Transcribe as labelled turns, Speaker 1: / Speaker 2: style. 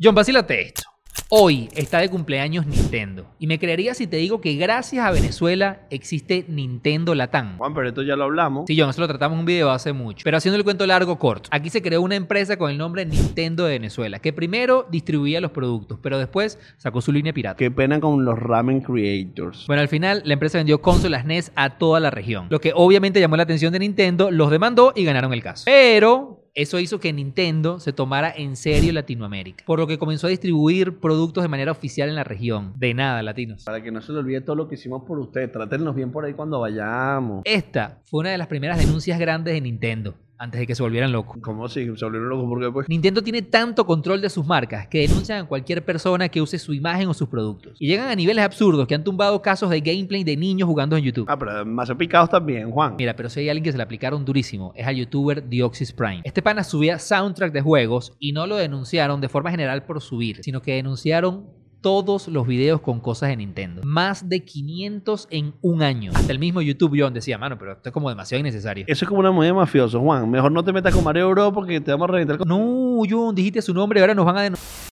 Speaker 1: John, vacílate esto. Hoy está de cumpleaños Nintendo. Y me creería si te digo que gracias a Venezuela existe Nintendo Latam.
Speaker 2: Juan, pero esto ya lo hablamos.
Speaker 1: Sí, John, eso lo tratamos en un video hace mucho. Pero haciendo el cuento largo corto. Aquí se creó una empresa con el nombre Nintendo de Venezuela, que primero distribuía los productos, pero después sacó su línea pirata.
Speaker 2: Qué pena con los ramen creators.
Speaker 1: Bueno, al final la empresa vendió consolas NES a toda la región, lo que obviamente llamó la atención de Nintendo, los demandó y ganaron el caso. Pero eso hizo que Nintendo se tomara en serio Latinoamérica, por lo que comenzó a distribuir productos de manera oficial en la región. De nada, latinos.
Speaker 2: Para que no se le olvide todo lo que hicimos por ustedes. Trátennos bien por ahí cuando vayamos.
Speaker 1: Esta fue una de las primeras denuncias grandes de Nintendo, antes de que se volvieran locos.
Speaker 2: ¿Cómo si se volvieron locos? ¿Por qué, pues?
Speaker 1: Nintendo tiene tanto control de sus marcas que denuncian a cualquier persona que use su imagen o sus productos. Y llegan a niveles absurdos que han tumbado casos de gameplay de niños jugando en YouTube.
Speaker 2: Ah, pero más picados también, Juan.
Speaker 1: Mira, pero si hay alguien que se le aplicaron durísimo, es al youtuber Dioxys Prime. Este pana subía soundtrack de juegos y no lo denunciaron de forma general por subir, sino que denunciaron todos los videos con cosas de Nintendo. Más de 500 en un año. Hasta el mismo YouTube John decía, mano, pero esto es como demasiado innecesario.
Speaker 2: Eso es como una moneda mafiosa, Juan. Mejor no te metas con Mario Bro porque te vamos a reventar con...
Speaker 1: No, John, dijiste su nombre, ahora nos van a denunciar.